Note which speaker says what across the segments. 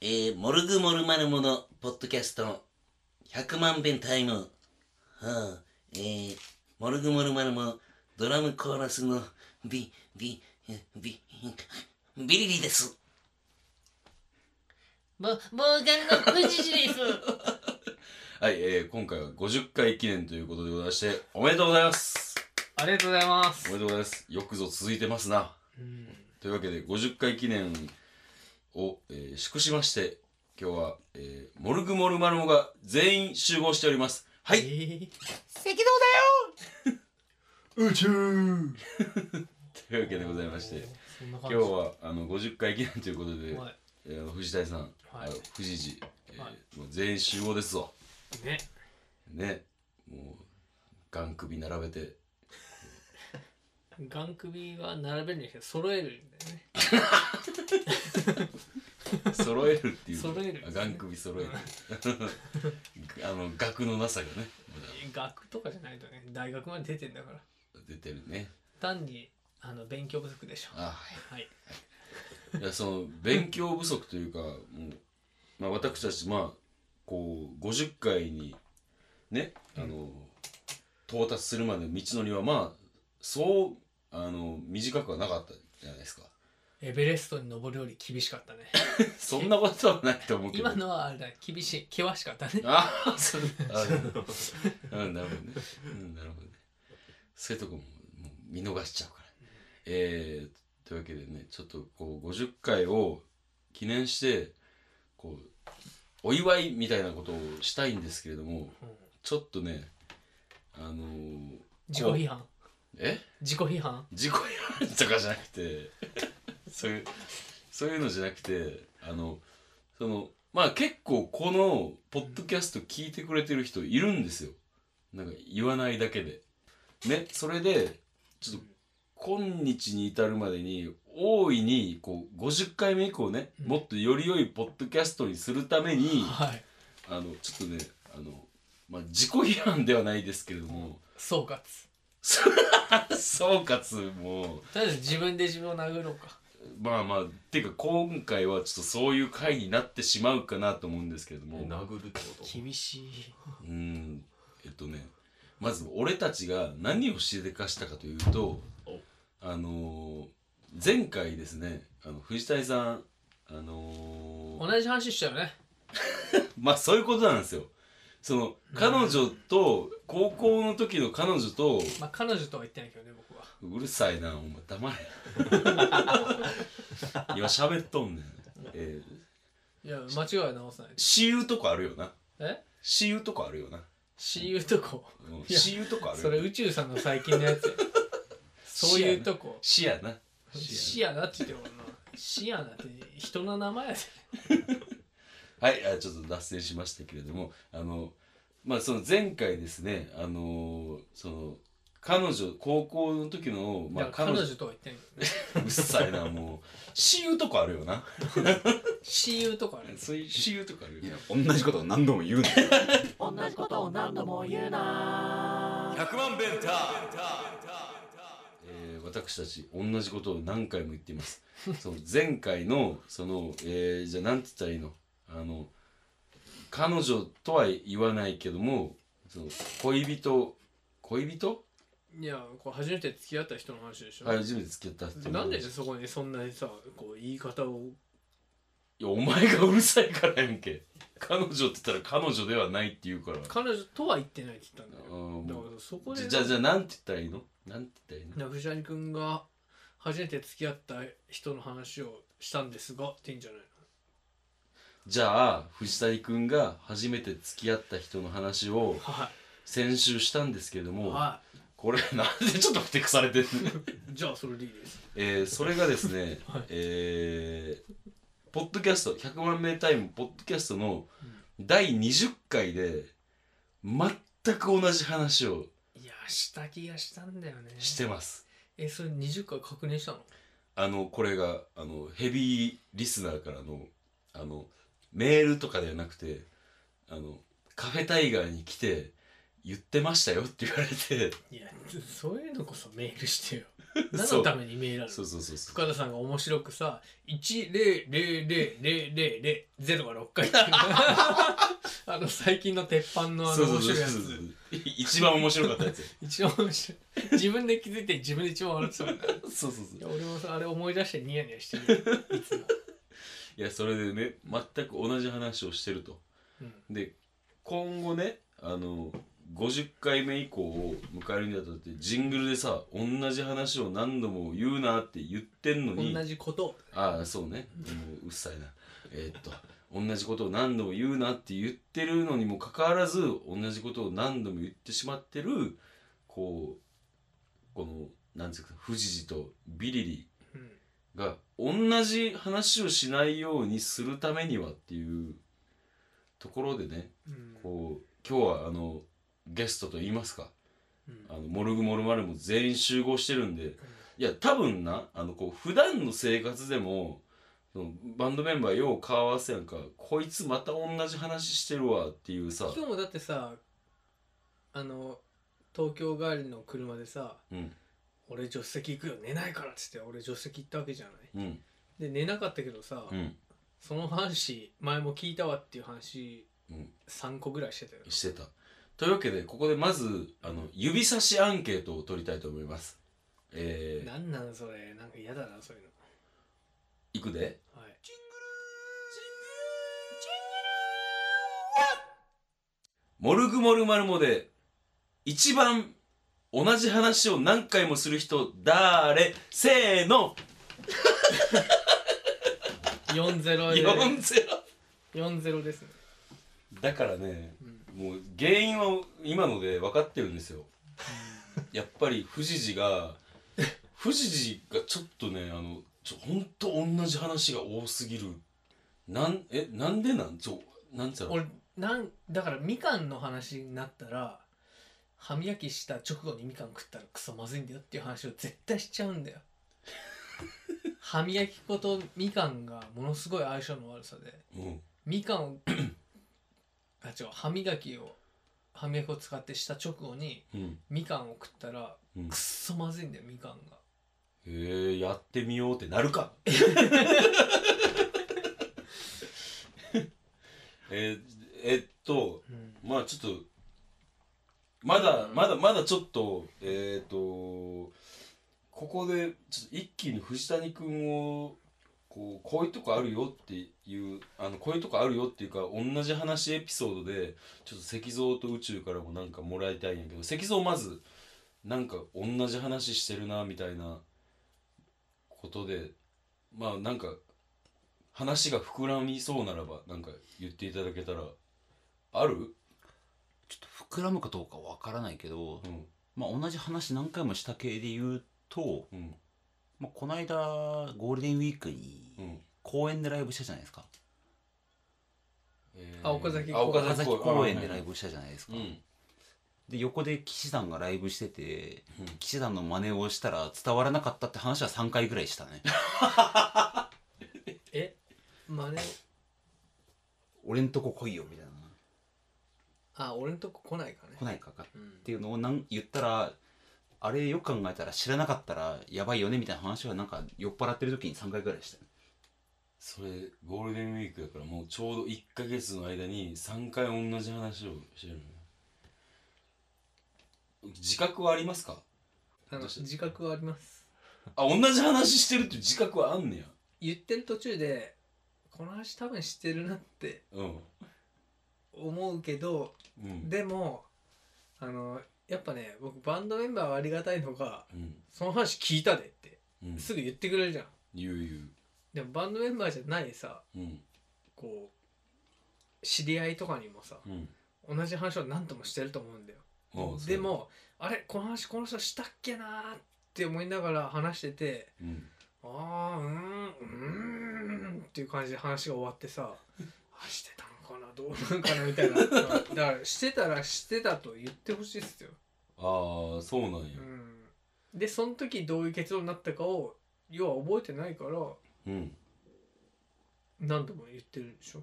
Speaker 1: ー、モルグモルマルモのポッドキャスト100万遍タイム、はあえー、モルグモルマルモドラムコーラスのビビビビリリです
Speaker 2: ぼ、ボーガンの無印です。
Speaker 3: はい、えー、今回は50回記念ということでございまして、おめでとうございます
Speaker 4: ありがとうございま
Speaker 3: お
Speaker 4: す
Speaker 3: めでとうございます。よくぞ続いてますな。
Speaker 4: うん
Speaker 3: というわけで、50回記念を、えー祝しまして、今日は、えー、モルグモルマルモが全員集合しております。は、
Speaker 4: はいい
Speaker 3: 宇宙というわけでございまして、
Speaker 4: そんな
Speaker 3: 今
Speaker 4: 感
Speaker 3: 日
Speaker 4: じ
Speaker 3: はあの50回記念ということで、
Speaker 4: は
Speaker 3: えー藤谷さん、
Speaker 4: はい
Speaker 3: あの藤次、えー
Speaker 4: はい
Speaker 3: もう全員集合ですぞ。
Speaker 4: いね
Speaker 3: ね、もう、ガン首並べて、
Speaker 4: ガン首は並べるんじゃなくて揃えるんだよね
Speaker 3: 揃えるっていう
Speaker 4: 揃える
Speaker 3: あ眼首揃える あの額のなさがね
Speaker 4: 学とかじゃないとね大学まで出てんだから
Speaker 3: まだ出てるね
Speaker 4: 単にあの勉強不足でしょ
Speaker 3: あ
Speaker 4: はい
Speaker 3: はいいやその勉強不足というかもう、まあ、私たちまあこう50回にねあの、到達するまでの道のりはまあそうあの短くはなかったじゃないですか
Speaker 4: エベレストに登るより厳しかったね
Speaker 3: そんなことはないと思うけど
Speaker 4: 今のはあれだ厳しい険しかった ね
Speaker 3: ああ、そう。あなるほどね。うん、なるほどね。そういうとこももう見逃しちゃうから。えー、というわけでね、ちょっとこう50回を記念して、こう、お祝いみたいなことをしたいんですけれども、ちょっとね、あのー、
Speaker 4: 自己批判
Speaker 3: え
Speaker 4: 自己批判
Speaker 3: 自己批判とかじゃなくてそういうそういうのじゃなくてあのそのまあ結構このポッドキャスト聞いてくれてる人いるんですよなんか言わないだけでねそれでちょっと今日に至るまでに大いにこう50回目以降ね、
Speaker 4: うん
Speaker 3: もっとより良いポッドキャストにするために
Speaker 4: はい
Speaker 3: あのちょっとねあの、まあ、自己批判ではないですけれども
Speaker 4: 総括
Speaker 3: 総括もう
Speaker 4: とりあえず自分で自分を殴ろうか
Speaker 3: まあまあていうか今回はちょっとそういう回になってしまうかなと思うんですけれども
Speaker 5: 殴るってこと
Speaker 4: 厳しいう
Speaker 3: ーんえっとねまず俺たちが何をしでかしたかというと
Speaker 5: お
Speaker 3: あのー前回ですねあの藤谷さんあのー
Speaker 4: 同じ話したよね
Speaker 3: まあそういうことなんですよその彼女と高校の時の彼女と
Speaker 4: まあ彼女とは言ってないけどね僕は
Speaker 3: うるさいなお前黙 れ今喋っとんねん、えー、
Speaker 4: いや間違いは直さないで
Speaker 3: 私有とかあるよな
Speaker 4: え
Speaker 3: 私有とかあるよな
Speaker 4: 私有とこ
Speaker 3: うん
Speaker 4: いや
Speaker 3: 私有とかある
Speaker 4: それ宇宙さんの最近のやつ やそういうとこ
Speaker 3: 死やな
Speaker 4: シアナって言ってもなシアナって人の名前やで
Speaker 3: はいあちょっと脱線しましたけれどもあのまあその前回ですねあのその彼女高校の時の、まあ、
Speaker 4: 彼
Speaker 3: 彼女
Speaker 4: 女とは言ってないけどね
Speaker 3: うっさいなもう私有とかあるよな
Speaker 4: 私有とかあれ
Speaker 3: そういう私有とかあるよ
Speaker 5: い
Speaker 3: な
Speaker 5: や同じことを何度も言うな
Speaker 2: 同じことを何度も言うな。
Speaker 3: えー私たち同じことを何回も言っています そう前回のその、えーじゃあ何て言ったらいいのあの彼女とは言わないけどもその恋人恋人
Speaker 4: いやこう初めて付き合った人の話でしょ、
Speaker 3: はい初めて付き合った人
Speaker 4: なんでそこにそんなにさこう言い方を
Speaker 3: いやお前がうるさいからやんけ彼女って言ったら彼女ではないって言うから
Speaker 4: 彼女とは言ってないって言ったんだ
Speaker 3: あー
Speaker 4: よだ
Speaker 3: も
Speaker 4: からそこ
Speaker 3: う
Speaker 4: で
Speaker 3: じゃあじゃあ何て言ったらいいの何て言ったらいいの
Speaker 4: な藤谷君が初めて付き合った人の話をしたんですがっていいんじゃないの
Speaker 3: じゃあ藤谷君が初めて付き合った人の話を
Speaker 4: は
Speaker 3: 先週したんですけれど
Speaker 4: い
Speaker 3: も、
Speaker 4: は
Speaker 3: これなんでちょっとふてくされて る
Speaker 4: いじゃあそれでいいです
Speaker 3: えー、それがですね、
Speaker 4: はい
Speaker 3: えーポッドキャスト100万名タイムポッドキャストの第20回で全く同じ話を
Speaker 4: いやした気がしたんだよね
Speaker 3: してます
Speaker 4: えそれ20回確認したの
Speaker 3: あのこれがあのヘビーリスナーからのあのメールとかではなくてあのカフェタイガーに来て言ってましたよって言われ て
Speaker 4: いやそういうのこそメールして よ何
Speaker 3: そ
Speaker 4: の
Speaker 3: う
Speaker 4: ためにメールある
Speaker 3: そうそうそうそう
Speaker 4: 深田さんが面白くさ1000000が6回 っていうあの最近の鉄板のあ
Speaker 3: そ
Speaker 4: の
Speaker 3: うそ
Speaker 4: 面
Speaker 3: うそ
Speaker 4: 白
Speaker 3: う
Speaker 4: いや
Speaker 3: そう
Speaker 4: つ
Speaker 3: 一番面白かった やつ
Speaker 4: 一番面白い自分で気づいて自分で一番笑ってたも んない
Speaker 3: そうそうそう
Speaker 4: や俺もさあれ思い出してニヤニヤしてるよいつも、
Speaker 3: いやそれでね全く同じ話をしてると
Speaker 4: うん、
Speaker 3: で今後ねあの50回目以降を迎えるにあたってジングルでさ同じ話を何度も言うなって言ってんのに
Speaker 4: 同じこと
Speaker 3: ああそうねもううっさいなえーっと同じことを何度も言うなって言ってるのにもかかわらず同じことを何度も言ってしまってるこうこのなんていうか富士寺とビリリ
Speaker 4: うん
Speaker 3: が同じ話をしないようにするためにはっていうところでね
Speaker 4: うん
Speaker 3: こう今日はあのゲストと言いますか
Speaker 4: うん
Speaker 3: あのモルグモルマルも全員集合してるんでいや多分なあのこう普段の生活でもそのバンドメンバーよう顔合わせやんかこいつまた同じ話してるわっていうさ
Speaker 4: 今日もだってさあの東京帰りの車でさ
Speaker 3: うん
Speaker 4: 「俺助手席行くよ寝ないから」っつって俺助手席行ったわけじゃない
Speaker 3: うん
Speaker 4: で寝なかったけどさ、
Speaker 3: うん
Speaker 4: その話前も聞いたわっていう話
Speaker 3: うん
Speaker 4: 3個ぐらいしてたよ
Speaker 3: してたというわけでここでまずあの指差しアンケートを取りたいと思いますえー、
Speaker 4: なんなんそれなんか嫌だなそういうの
Speaker 3: いくで
Speaker 4: はい
Speaker 3: モルグモルマルモで一番同じ話を何回もする人だーれせーの
Speaker 4: 40で
Speaker 3: 40
Speaker 4: 40ですね
Speaker 3: だからね
Speaker 4: うん
Speaker 3: もう原因は今ので分かってるんですよやっぱり富士寺が富士寺がちょっとねあのちょほんと同じ話が多すぎるなんえなんでなんちょなんつうの
Speaker 4: 俺なんだからみかんの話になったら歯磨きした直後にみかん食ったらクソまずいんだよっていう話を絶対しちゃうんだよ歯磨き粉とみかんがものすごい相性の悪さで
Speaker 3: うん
Speaker 4: みかんをあ違う歯磨きを歯磨き粉を使ってした直後に
Speaker 3: うん
Speaker 4: みかんを食ったら
Speaker 3: うん
Speaker 4: くっそまずいんだよみかんが
Speaker 3: へえやってみようってなるかええっと
Speaker 4: うん
Speaker 3: まあちょっとまだまだまだちょっとえっ、とここでちょっと一気に藤谷君をこうこういうとこあるよっていうあのこういうとこあるよっていうか同じ話エピソードでちょっと石像と宇宙からもなんかもらいたいんやけど石像まずなんか同じ話してるなみたいなことでまあなんか話が膨らみそうならばなんか言っていただけたらある
Speaker 6: ちょっと膨らむかどうかわからないけど、
Speaker 3: うん
Speaker 6: まあ同じ話何回もした系で言うと、
Speaker 3: うん
Speaker 6: まあ、この間ゴールデンウィークに
Speaker 3: うん
Speaker 6: 公園でライブしたじゃないですか
Speaker 3: えー
Speaker 4: あ岡崎公園
Speaker 3: あ岡
Speaker 6: 岡崎
Speaker 3: 公園
Speaker 6: 公園でライブしたじゃないですか、
Speaker 3: うん
Speaker 6: で横で騎士団がライブしてて、
Speaker 3: うん
Speaker 6: 騎士団の真似をしたら伝わらなかったって話は3回ぐらいしたね
Speaker 4: え真似
Speaker 6: 俺んとこ来いよみたいな
Speaker 4: あ俺んとこ来ないかね
Speaker 6: 来ないかかっ
Speaker 4: うん
Speaker 6: ていうのをなん言ったらあれよく考えたら知らなかったらやばいよねみたいな話はなんか酔っ払ってる時に3回ぐらいしたね
Speaker 3: それゴールデンウィークだからもうちょうど1ヶ月の間に3回同じ話をしてるのよ自覚はありますか
Speaker 4: あの
Speaker 3: どうした
Speaker 4: 自覚はあります
Speaker 3: あ同じ話してるって自覚はあんねや
Speaker 4: 言ってる途中でこの話多分してるなって
Speaker 3: うん
Speaker 4: 思うけど
Speaker 3: うん
Speaker 4: でもあのやっぱね僕バンドメンバーはありがたいのが
Speaker 3: うん
Speaker 4: その話聞いたでって
Speaker 3: うん
Speaker 4: すぐ言ってくれるじゃん
Speaker 3: 言う言
Speaker 4: でもバンドメンバーじゃないさ
Speaker 3: ううん
Speaker 4: こう知り合いとかにもさ
Speaker 3: うん
Speaker 4: 同じ話を何ともしてると思うんだよ
Speaker 3: あそう
Speaker 4: でもあれこの話この人したっけなーって思いながら話してて
Speaker 3: うん
Speaker 4: ああうーんうーんっていう感じで話が終わってさあしてたのかなどうなんかなみたいなだからしてたらしてたと言ってほしいっすよ、
Speaker 3: ああそうなんや
Speaker 4: うん、でその時どういう結論になったかを要は覚えてないから
Speaker 3: うん
Speaker 4: 何度も言ってるでしょ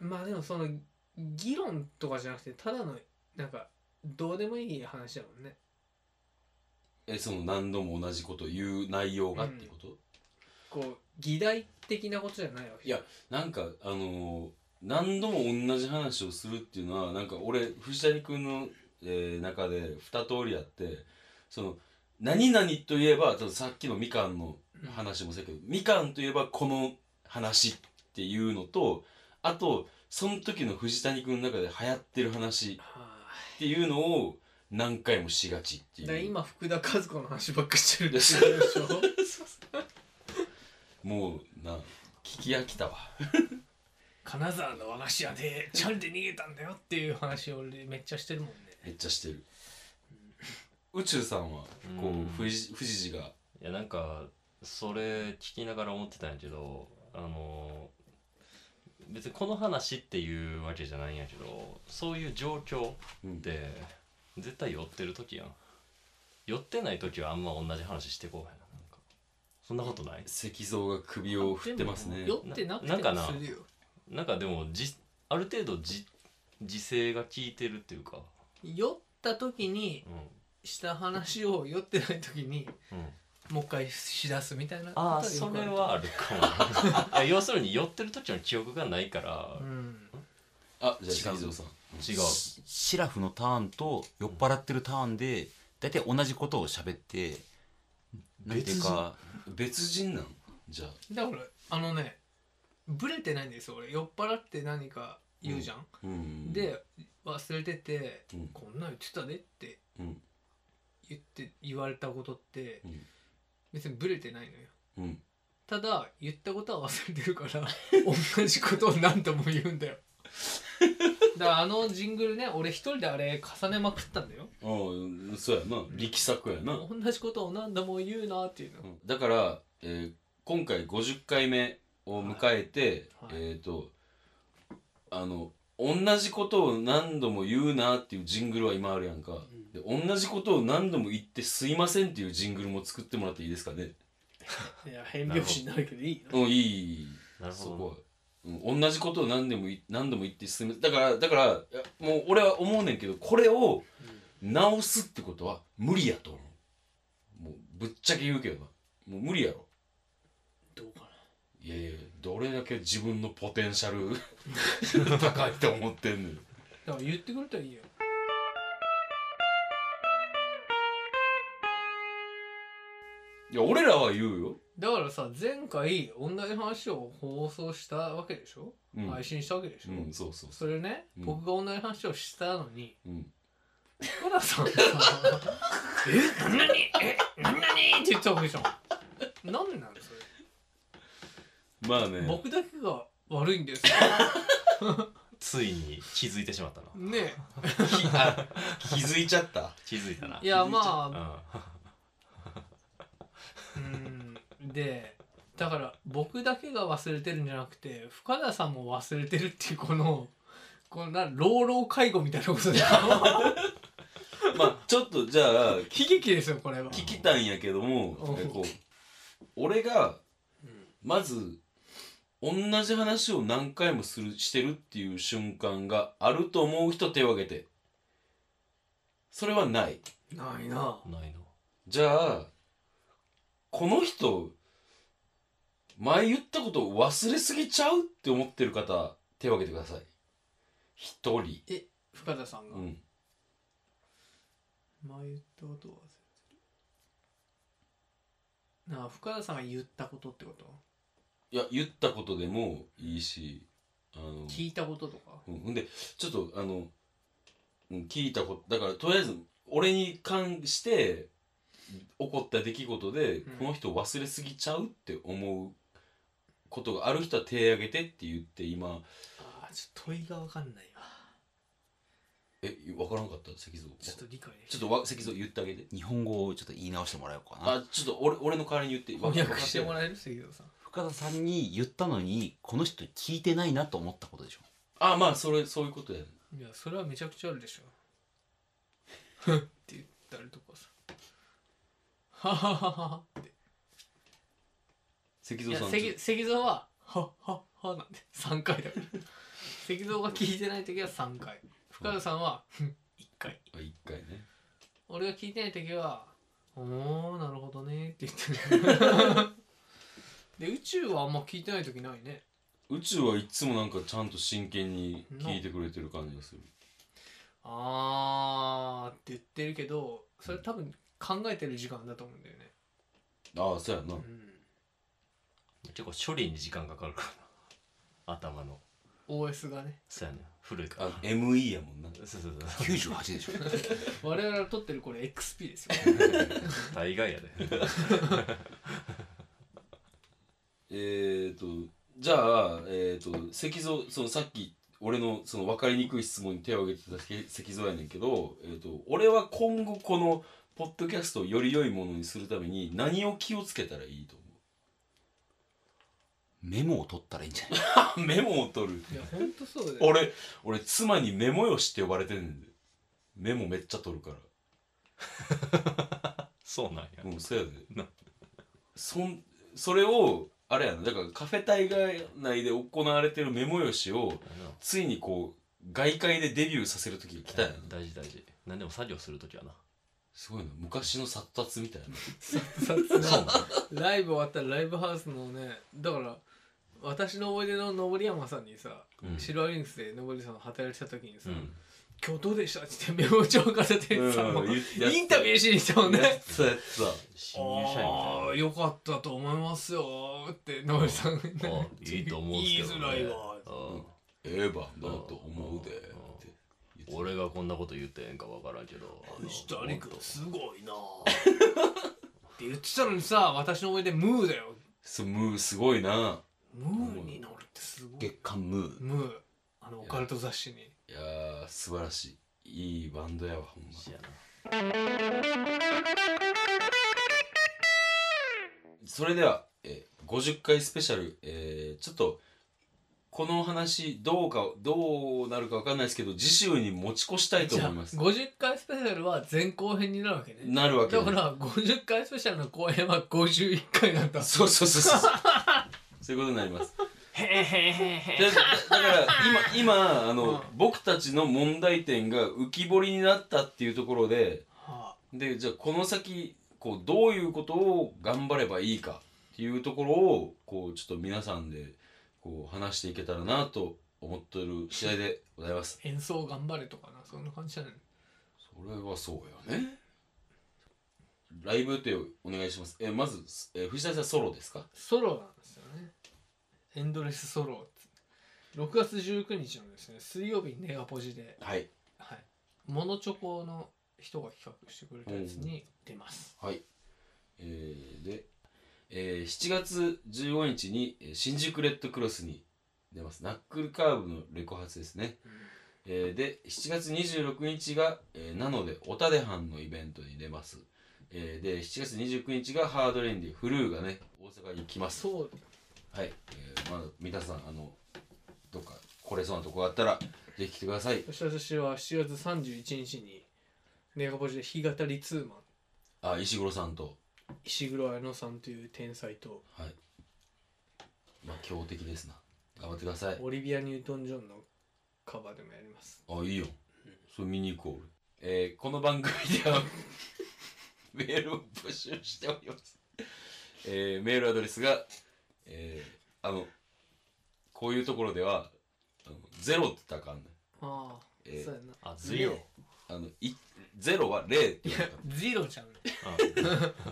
Speaker 4: まあでもその議論とかじゃなくてただのなんかどうでもいい話だもんね
Speaker 3: えその何度も同じこと言う内容がっていうこと、
Speaker 4: こう議題的なことじゃないわけ
Speaker 3: いやなんかあのー何度も同じ話をするっていうのはなんか俺藤谷君の、えー中で二通りあってその何々といえば多分さっきのみかんの話もそうやけど、みかんといえばこの話っていうのとあとその時の藤谷君の中で流行ってる話
Speaker 4: は
Speaker 3: っていうのを何回もしがちって
Speaker 4: いだから
Speaker 3: いう
Speaker 4: 今福田和子の話ばっかしてるでしょ
Speaker 3: もうな聞き飽きたわ
Speaker 4: 金沢の和菓子屋でチャンで逃げたんだよっていう話を俺めっちゃしてるもんね
Speaker 3: めっちゃしてる宇宙さんはこ
Speaker 7: うん
Speaker 3: う藤藤次が
Speaker 7: いやなんかそれ聞きながら思ってたんやけどあの別にこの話っていうわけじゃないんやけどそういう状況って絶対寄ってる時やん寄ってない時はあんま同じ話してこうへんなんかそんなことない
Speaker 3: 石像が首を振ってますね
Speaker 4: でも酔ってなくて
Speaker 7: なんか
Speaker 4: も
Speaker 7: な
Speaker 4: するよ
Speaker 7: なんかでもじある程度じ時勢が効いてるっていうか
Speaker 4: 酔った時に
Speaker 7: うん
Speaker 4: した話を酔ってない時に
Speaker 7: うん
Speaker 4: もう一回しだすみたいなこと
Speaker 7: あ
Speaker 4: よ
Speaker 7: あ
Speaker 4: く
Speaker 7: そ
Speaker 4: る
Speaker 7: れはあるかも いや要するに寄ってる時の記憶がないから
Speaker 4: うん
Speaker 3: あじゃあ石像さん
Speaker 7: 違う
Speaker 6: シラフのターンと酔っ払ってるターンで大体同じことを喋ってなんていうか
Speaker 3: 別人なんじゃあ
Speaker 4: だからあのねブレてないんですよ俺酔っ払って何か言うじゃん、
Speaker 3: うん
Speaker 4: で忘れてて、
Speaker 3: うん
Speaker 4: こんなん言ってたでって
Speaker 3: うん
Speaker 4: 言って言われたことって、
Speaker 3: うん
Speaker 4: 別にブレてないのよ
Speaker 3: うん
Speaker 4: ただ言ったことは忘れてるから 同じことを何度も言うんだよだからあのジングルね俺一人であれ重ねまくったんだよ
Speaker 3: ああそうやな力作やな、
Speaker 4: 同じことを何度も言うなっていうの
Speaker 3: うんだから、えー今回50回目を迎えて、
Speaker 4: はい
Speaker 3: えっ、とあの同じことを何度も言うなっていうジングルは今あるやんか、で同じことを何度も言って「すいません」っていうジングルも作ってもらっていいですかね
Speaker 4: いや変拍子になるけどいいよ
Speaker 3: うんいいいい
Speaker 7: なる
Speaker 3: そ
Speaker 7: ほど
Speaker 3: こは、うん、同じことを何でもい何度も言ってすいませんだからだからいやもう俺は思うねんけどこれを直すってことは無理やと思うもうぶっちゃけ言うけどなもう無理やろ
Speaker 4: どうかない
Speaker 3: やいやどれだけ自分のポテンシャル 高いと思ってんのよ
Speaker 4: だから言ってくれたらいいよ
Speaker 3: いや俺らは言うよ、
Speaker 4: だからさ前回同じ話を放送したわけでしょ、
Speaker 3: うん、
Speaker 4: 配信したわけでしょ、
Speaker 3: うんそうそうそ
Speaker 4: それね、
Speaker 3: うん
Speaker 4: 僕が同じ話をしたのに
Speaker 3: う、うん、
Speaker 4: 福田さんが さ「え何々え何々?」って言ったわけじゃん何なんそ
Speaker 3: まあ
Speaker 4: れ、
Speaker 3: ね
Speaker 4: 僕だけが悪いん です
Speaker 7: ついに気づいてしまったな
Speaker 4: ね
Speaker 3: きあ気づいちゃった
Speaker 7: 気づいたな
Speaker 4: えいや
Speaker 7: う
Speaker 4: まあ
Speaker 7: ん
Speaker 4: うんでだから僕だけが忘れてるんじゃなくて深田さんも忘れてるっていうこのこのな老老介護みたいなことで
Speaker 3: まあちょっとじゃあ聞
Speaker 4: 悲劇ですよこれは
Speaker 3: 聞きたいんやけども
Speaker 4: おう
Speaker 3: えこう俺が
Speaker 4: うん
Speaker 3: まず同じ話を何回もするしてるっていう瞬間があると思う人手を挙げてそれはない
Speaker 4: ないな
Speaker 7: ないの
Speaker 3: じゃあこの人前言ったことを忘れすぎちゃうって思ってる方手を挙げてください一人
Speaker 4: 深田さんが、
Speaker 3: うん
Speaker 4: 前言ったことは忘れてるなあ深田さんが言ったことってこと
Speaker 3: いや言ったことでもいいしあの
Speaker 4: 聞いたこととか
Speaker 3: うん、ほんでちょっとあの、うん、聞いたことだからとりあえず俺に関して起こった出来事で、
Speaker 4: ん
Speaker 3: この人忘れすぎちゃうって思うことがある人は手挙げてって言って今
Speaker 4: ああちょっと問いが分かんないわ
Speaker 3: え分からんかった石像
Speaker 4: ちょっと理解でき
Speaker 3: ちょ
Speaker 4: な
Speaker 3: っ
Speaker 4: い
Speaker 3: とわ石像言ってあげて
Speaker 6: 日本語をちょっと言い直してもらおうかな
Speaker 3: あちょっと俺俺の代わりに言って
Speaker 4: 翻訳しても
Speaker 3: え
Speaker 4: らえる杉戸さん
Speaker 6: 深田さんに言ったのにこの人聞いてないなと思ったことでしょ
Speaker 3: あまあそれそういうことやね
Speaker 4: いやそれはめちゃくちゃあるでしょふっって言ったりとかさはははは
Speaker 3: 石
Speaker 4: い
Speaker 3: 像
Speaker 4: や
Speaker 3: さん
Speaker 4: 関関蔵ははははなんで3回だから 石像が聞いてない時は3回深田さんは1回
Speaker 3: あ一回ね
Speaker 4: 俺が聞いてない時は「おーなるほどね」って言ってるで宇宙はあんま聞いてない時ないね
Speaker 3: 宇宙はいつもなんかちゃんと真剣に聞いてくれてる感じがする
Speaker 4: あーって言ってるけどそれ多分考えてる時間だと思うんだよね
Speaker 3: ああそうやな
Speaker 4: うん
Speaker 7: 結構処理に時間かかるからな頭の
Speaker 4: OS がね
Speaker 7: そうやね古いから
Speaker 3: あ ME やもんな
Speaker 7: そうそうそう
Speaker 6: 98でしょ
Speaker 4: 我々が撮ってるこれ XP ですよ
Speaker 7: 大概やで
Speaker 3: えーとじゃあえーと石像そのさっき俺のその分かりにくい質問に手を挙げてた石石像やねんけど、えー、と俺は今後このポッドキャストをより良いものにするために何を気をつけたらいいと
Speaker 6: メモを取ったらいいんじゃない
Speaker 3: 思う メモを取る
Speaker 4: いやほんとそうだよ
Speaker 3: 俺俺妻にメモよしって呼ばれてんねんでメモめっちゃ取るから
Speaker 7: そうなんや、
Speaker 3: うん、そうやで
Speaker 7: な
Speaker 3: そんそれをあれやなだからカフェ大会内で行われてるメモ用紙を
Speaker 7: あの
Speaker 3: ついにこう外界でデビューさせる時が来たやな
Speaker 7: 大事大事何でも作業するときはな
Speaker 3: すごいな昔の殺達みたい な
Speaker 4: ライブ終わったらライブハウスのねだから私の思い出の登山さんにさ、
Speaker 3: うん
Speaker 4: シルバーリンクスで登山さん働いてた時にさ、
Speaker 3: うん
Speaker 4: 今日どうでした?」って言ってメモ帳片手にさ、もうインタビュー
Speaker 3: ー
Speaker 4: しに行ったもん
Speaker 3: やっ
Speaker 4: ね
Speaker 3: てたやって
Speaker 7: 新入社員みたいな
Speaker 4: ああよかったと思いますよーって登さんが
Speaker 7: あいいと思うんすけど、ね、
Speaker 4: 言いづらいわ
Speaker 7: あ
Speaker 3: たエヴァだと思うでって言って
Speaker 7: 俺がこんなこと言ってええんかわからんけどあの
Speaker 4: 藤谷君
Speaker 7: もっと
Speaker 4: すごいなーって言ってたのにさ私の思い出ムーだよ
Speaker 3: そうムーすごいな
Speaker 4: ムーに乗るってすごい
Speaker 6: 月刊ムー
Speaker 4: ムーあのオカルト雑誌に
Speaker 3: いやー素晴らしいいいバンドやわほんま
Speaker 7: やな
Speaker 3: それでは、えー50回スペシャル、えーちょっとこの話どうかどうなるかわかんないですけど次週に持ち越したいと
Speaker 4: じゃ
Speaker 3: 思
Speaker 4: あ
Speaker 3: います
Speaker 4: 50回スペシャルは前後編になるわけね
Speaker 3: なるわけ
Speaker 4: だか
Speaker 3: で
Speaker 4: ら50回スペシャルの後編は51回だった
Speaker 3: そうそうそうそうそういうことになります
Speaker 4: へへへへ
Speaker 3: でだだから今今あの、
Speaker 4: うん
Speaker 3: 僕たちの問題点が浮き彫りになったっていうところで
Speaker 4: は
Speaker 3: でじゃあこの先こうどういうことを頑張ればいいかっていうところをこうちょっと皆さんでこう話していけたらなと思ってる次第でございます
Speaker 4: あ演奏頑張れとかなそんな感じじゃない
Speaker 3: それはそうよねライブ予定をお願いしますえまず、え藤谷さんソロですか
Speaker 4: ソロなんですよねエンドレスソロ6月19日のですね水曜日にネガポジで、
Speaker 3: はい
Speaker 4: はい、モノチョコの人が企画してくれたやつに出ます
Speaker 3: はいえーで、えー7月15日にえー新宿レッドクロスに出ますナックルカーブのレコ発ですね、えーで7月26日が、えーなのでおたで班のイベントに出ます、えーで7月29日がハードレインでフルーがね大阪に来ます
Speaker 4: そう
Speaker 3: はい、えーまあ皆さんあのどっか来れそうなとこがあったらぜひ来てください
Speaker 4: そして私は7月31日にネガポジで弾き語りツーマン
Speaker 3: あ石黒さんと
Speaker 4: 石黒彩乃さんという天才と
Speaker 3: はいまあ強敵ですな頑張ってください
Speaker 4: オリビア・ニュートン・ジョンのカバーでもやります
Speaker 3: あいいよそれ見に行こう俺えーこの番組では メールを募集しておりますえーメールアドレスがえーあのこういうところではあのゼロって言ったらあかんね
Speaker 4: ああ、
Speaker 3: えー
Speaker 4: そうやな
Speaker 7: あゼロ
Speaker 4: ね
Speaker 3: あのいゼロは0って言わなかっ
Speaker 4: ゼロじゃん
Speaker 7: あ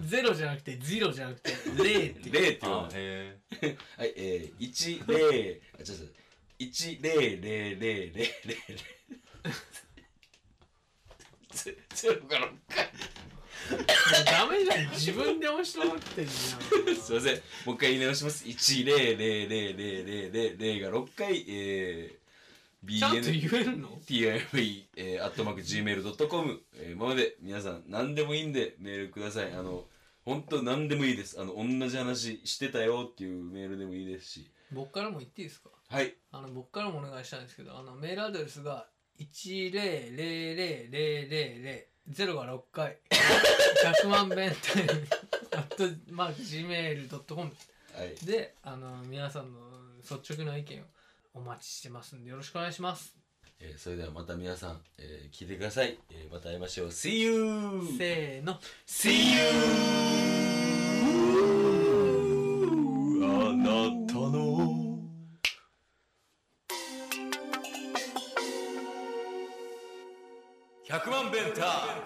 Speaker 4: ゼロじゃなくてゼロじゃなくて0
Speaker 3: た0って言わなか
Speaker 7: あ
Speaker 3: った
Speaker 7: へ
Speaker 3: はい、えー、一零、あ、ちょっと、一零零零零零。ゼゼロから六回。
Speaker 4: ダメじゃん自分で押してもらってんじ
Speaker 3: すいません、もう一回言い直します。一零零零零零零零が六回、えー、B
Speaker 4: ゃんちゃんと言えるの
Speaker 3: TIME、えー、アットマーク Gmail.com、えー、ままで皆さん何でもいいんでメールください。あの、本当何でもいいです。あの、同じ話してたよっていうメールでもいいですし。
Speaker 4: 僕からも言っていいですか
Speaker 3: はい、
Speaker 4: あの僕からもお願いしたいんですけどあのメールアドレスが100000000が6回100万弁タイムアットマーク Gmail.com
Speaker 3: はい。
Speaker 4: であの皆さんの率直な意見をお待ちしてますんでよろしくお願いします
Speaker 3: えーそれではまた皆さん、えー聞いてください、えーまた会いましょう See you!
Speaker 4: せーの
Speaker 3: See you! あなたの100万ベンター